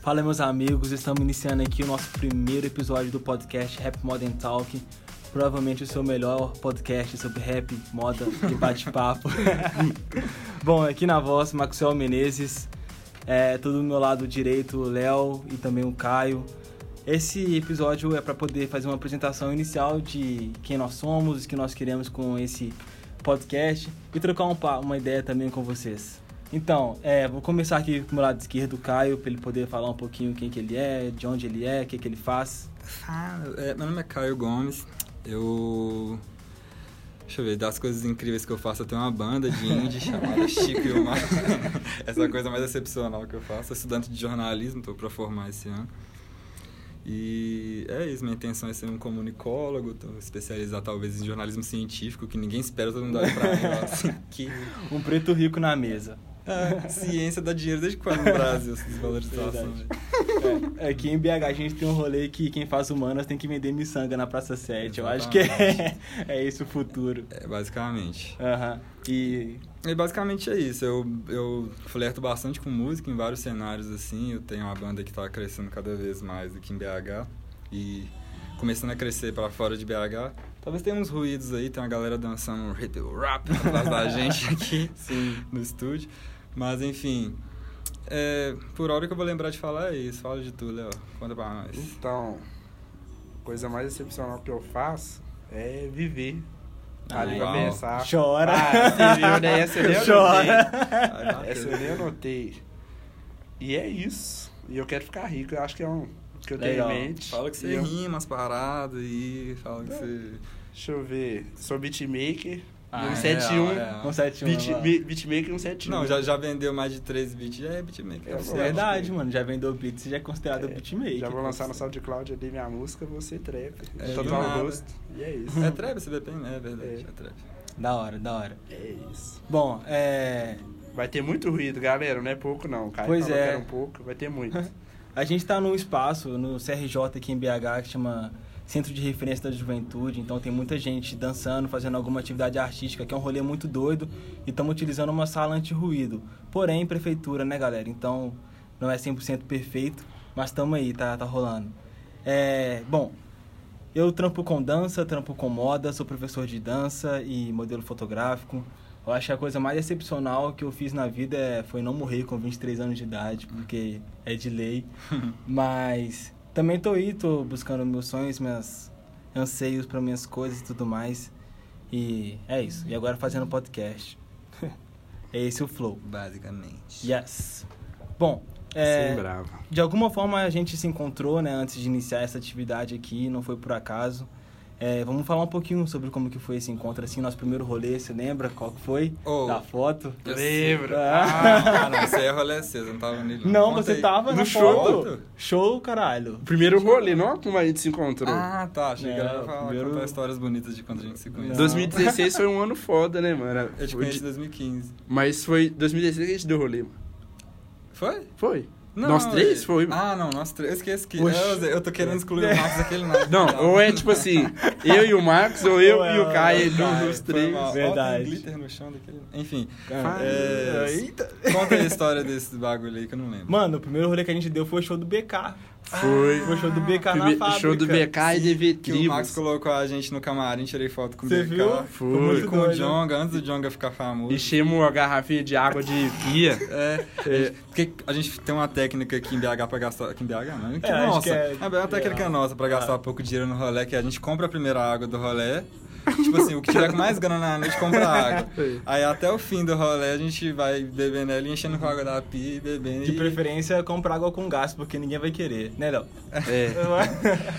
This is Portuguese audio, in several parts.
Fala, meus amigos, estamos iniciando aqui o nosso primeiro episódio do podcast Rap Modern Talk. Provavelmente o seu melhor podcast sobre rap, moda e bate-papo. Bom, aqui na voz, Maxwell Menezes, é, tudo do meu lado direito, o Léo e também o Caio. Esse episódio é para poder fazer uma apresentação inicial de quem nós somos, o que nós queremos com esse podcast e trocar um pa- uma ideia também com vocês. Então, é, vou começar aqui com o meu lado esquerdo, o Caio, para ele poder falar um pouquinho quem que ele é, de onde ele é, o que, que ele faz. Ah, é, meu nome é Caio Gomes. Eu. Deixa eu ver, das coisas incríveis que eu faço, eu tenho uma banda de indie chamada Chico e o Mar. Essa é a coisa mais excepcional que eu faço. Sou estudante de jornalismo, estou para formar esse ano. E é isso, minha intenção é ser um comunicólogo, tô especializar talvez em jornalismo científico, que ninguém espera, todo mundo olha pra mim e fala assim, que Um preto rico na mesa. ah, ciência dá dinheiro desde quando no Brasil, essa desvalorização. Verdade. velho? É, aqui em BH a gente tem um rolê que quem faz humanas tem que vender miçanga na Praça 7. Eu acho que é, Exatamente. é esse o futuro. É, basicamente. Aham. E E basicamente é isso. Eu, eu flerto bastante com música em vários cenários, assim. Eu tenho uma banda que tá crescendo cada vez mais aqui em BH. E começando a crescer para fora de BH. Talvez tenha uns ruídos aí, tem uma galera dançando um hip rap atrás da gente aqui Sim. no estúdio. Mas enfim. é, por hora que eu vou lembrar de falar é isso. Fala de tudo, Léo. Conta pra nós. Então, a coisa mais excepcional que eu faço é viver. Ah, ali pra legal. pensar. Chora. Ah, você viu, né? Essa eu nem anotei. Chora. Essa eu nem anotei. E é isso. E eu quero ficar rico, eu acho que é um que eu Legal. tenho em mente. Fala que você é eu, rima as paradas e fala que você. Deixa eu ver. Sou beatmaker. Ah, é, 171. é. 171. Beat, agora. bi- beatmaker 171. Não, já, já vendeu mais de 3 bits. Já é beatmaker. É, Tá bom. Verdade, mano. Já vendeu beat, você já é considerado beatmaker. Já vou lançar no SoundCloud ali minha música, você trap. É, É, do Total nada. gosto. E é isso. É trap esse BPM, é verdade, É. é, trap. Da hora, da hora. É isso. Bom, é... Vai ter muito ruído, galera. Não é pouco, não. Caio Pois falou que é. era um pouco, vai ter muito. A gente tá num espaço, no CRJ aqui em BH, que chama Centro de Referência da Juventude. Então tem muita gente dançando, fazendo alguma atividade artística, que é um rolê muito doido. E estamos utilizando uma sala anti-ruído. Porém, prefeitura, né, galera? Então não é 100% perfeito, mas estamos aí, tá, tá rolando. É, bom, eu trampo com dança, trampo com moda, sou professor de dança e modelo fotográfico. Eu acho que a coisa mais excepcional que eu fiz na vida é- foi não morrer com 23 anos de idade, porque é de lei. Mas também tô aí, tô buscando meus sonhos, meus anseios para minhas coisas e tudo mais. E é isso. E agora fazendo podcast. é esse o flow. Basicamente. Yes. Bom, é... Sem brava. De alguma forma a gente se encontrou, né, antes de iniciar essa atividade aqui, não foi por acaso. É, vamos falar um pouquinho sobre como que foi esse encontro, assim, nosso primeiro rolê, você lembra qual que foi? Oh. Da foto? Eu Lembro. Ah. Ah, não, isso aí é rolê seu, eu não tava nele. Não, Conta você aí. tava No na show? foto. Show, caralho. Primeiro rolê, não? Como a gente se encontrou. Ah, tá, achei que É, era pra falar, primeiro- contar histórias bonitas de quando a gente se conheceu. não. 2016 foi um ano foda, né, mano? Era- Eu te foi conheci em de- 2015. Mas foi 2016 que a gente deu rolê, mano. Foi? Foi? Nós três? eu- Foi, mano. Ah, não, nós três. Eu esqueci que. Oxi. Eu, eu tô querendo excluir É. o Max daquele nome. Não, ou é tipo assim, eu e o Max, ou eu Ou é e o o Caio, Caio, do- dos Foi três. mal. Ó, tem um Verdade. glitter no chão daquele. Enfim. Ah, é, eita. Conta aí a história desse bagulho aí que eu não lembro. Mano, o primeiro rolê que a gente deu foi o show do BK. Foi. Foi o show do BK na Primeiro fábrica. show do BK e DV Que o Max Tribos. colocou a gente no camarim, tirei foto com o Você BK. viu? Foi. Fui muito com o doido. né? Jonga, antes do Jonga ficar famoso. Enchemos uma garrafinha de água de pia. É, é, porque a gente tem uma técnica aqui em BH pra gastar. Aqui em BH não, que É, acho nossa. que é- é uma técnica é. nossa pra gastar pouco dinheiro no rolê, que a gente compra a primeira água do rolê. tipo assim, o que tiver com mais grana na noite compra a água. Aí até o fim do rolê a gente vai bebendo ela e enchendo com a água da pia e bebendo. De e- preferência, comprar água com gás, porque ninguém vai querer, né, Léo? É.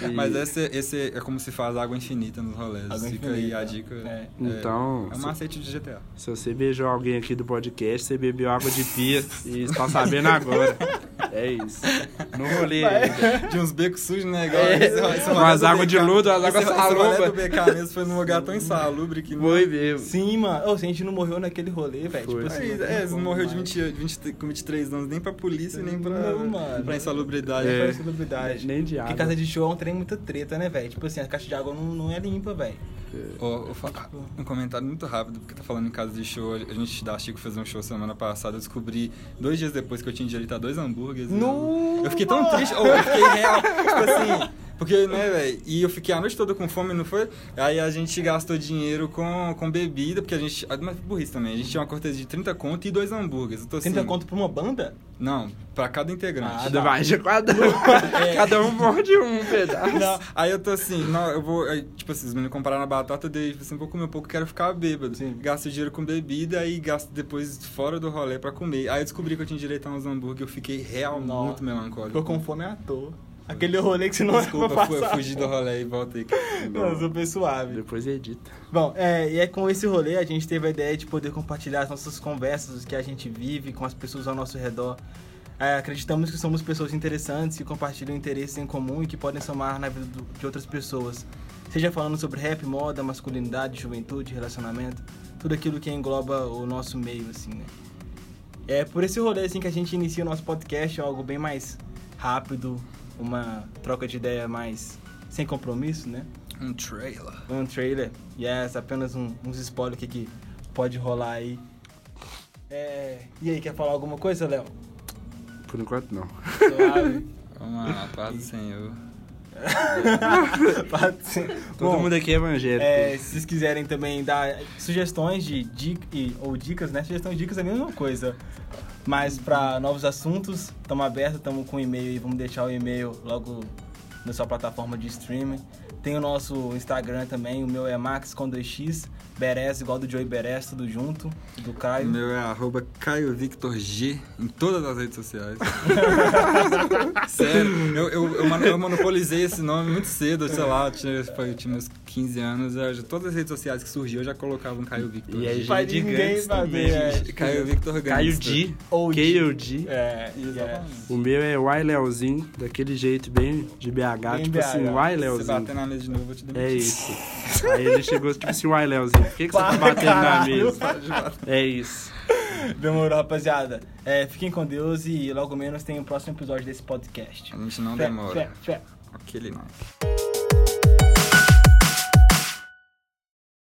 E- Mas esse, esse é como se faz água infinita nos rolês. Água Fica aí infinita. a dica. É. Então, É um macete de GTA. Se você beijou alguém aqui do podcast, você bebeu água de pia e está sabendo agora. É isso. No rolê ainda. De uns becos sujos, né? É. Umas água de ludo, lodo, umas água Esse rolê saluba. do BK mesmo foi num lugar tão insalubre que... não- Foi mesmo. Sim, mano. Ô, se a gente não morreu naquele rolê, velho. Foi. Tipo assim, Aí, não tem é, você como morreu de mais. 20, 20, com 23 anos, nem pra polícia, nem pra, Não, mano. pra insalubridade. Foi É. insalubridade. Nem de água. Porque casa de show é um trem muita treta, né, velho? Tipo assim, a caixa de água não, não é limpa, velho. Porque... Ó, eu fa- um comentário muito rápido, porque tá falando em casa de show. A gente da Chico fez um show semana passada. Eu descobri dois dias depois que eu tinha direito a dois hambúrgueres. né? No! Eu fiquei tão triste. Ou eu fiquei real. tipo assim. Porque, né, velho? E eu fiquei a noite toda com fome, não foi? Aí a gente gastou dinheiro com, com bebida, porque a gente. ah, Mas burrice também. A gente tinha uma cortesia de 30 conto e dois hambúrgueres. Eu tô assim. 30 conto pra uma banda? Não, pra cada integrante. Ah, Cada vai de cada É. um. Cada um morde um pedaço. Não, aí eu tô assim, não, eu vou. aí, tipo assim, os meninos compraram a batata dele, tipo assim, vou comer um pouco, quero ficar bêbado. Sim. Gasto dinheiro com bebida e gasto depois fora do rolê pra comer. Aí eu descobri que eu tinha direito a uns hambúrguer, eu fiquei real Nossa. muito melancólico. Ficou com fome à toa. Aquele rolê que você não Desculpa, vai fu- passar. fugi do rolê e voltei. Não, super suave. Depois edita. Bom, é, e é com esse rolê a gente teve a ideia de poder compartilhar as nossas conversas, o que a gente vive com as pessoas ao nosso redor. É, acreditamos que somos pessoas interessantes que compartilham interesses em comum e que podem somar na vida do- de outras pessoas. Seja falando sobre rap, moda, masculinidade, juventude, relacionamento, tudo aquilo que engloba o nosso meio, assim, né? É por esse rolê assim que a gente inicia o nosso podcast, é algo bem mais rápido, uma troca de ideia mais sem compromisso, né? Um trailer. um trailer. Yes, apenas um, uns spoilers que, que pode rolar aí. É, e aí, quer falar alguma coisa, Léo? Por enquanto, não. Suave. Vamos lá, paz do Senhor. Pode ser. Todo Bom, mundo aqui é evangélico. é, se vocês quiserem também dar sugestões de dica, e- ou dicas, né? Sugestão e dicas é a mesma coisa. Mas pra novos assuntos, estamos abertos, estamos com e-mail e vamos deixar o e-mail logo na sua plataforma de streaming. Tem o nosso Instagram também, o meu é max com 2x, Beres, igual do Joey Beres, tudo junto, do O Caio. meu é arroba Caio Victor G em todas as redes sociais. Sério, eu, eu, eu mano- eu monopolizei esse nome muito cedo, sei lá, eu tinha, foi- eu tinha meus 15 anos. eu já- todas as redes sociais que surgiu eu já colocava um Caio Victor E aí, G. Pra de ninguém Gantz também, saber, gente. é. Caio Victor Gangsta. Caio D. Ou KOD. É, Exatamente. O meu é Uai Leozinho, daquele jeito bem de BH, Bem tipo BH. assim, Uai Se bater Leozinho. na mesa de novo, eu te É demitir. isso. Aí ele chegou tipo assim, Uai Leozinho, por que, que você tá Para, batendo caralho. na mesa? É isso. é. Demorou, rapaziada. É, fiquem com Deus e logo menos tem o próximo episódio desse podcast. A gente não Fé, demora. fé, fé. Aquele não.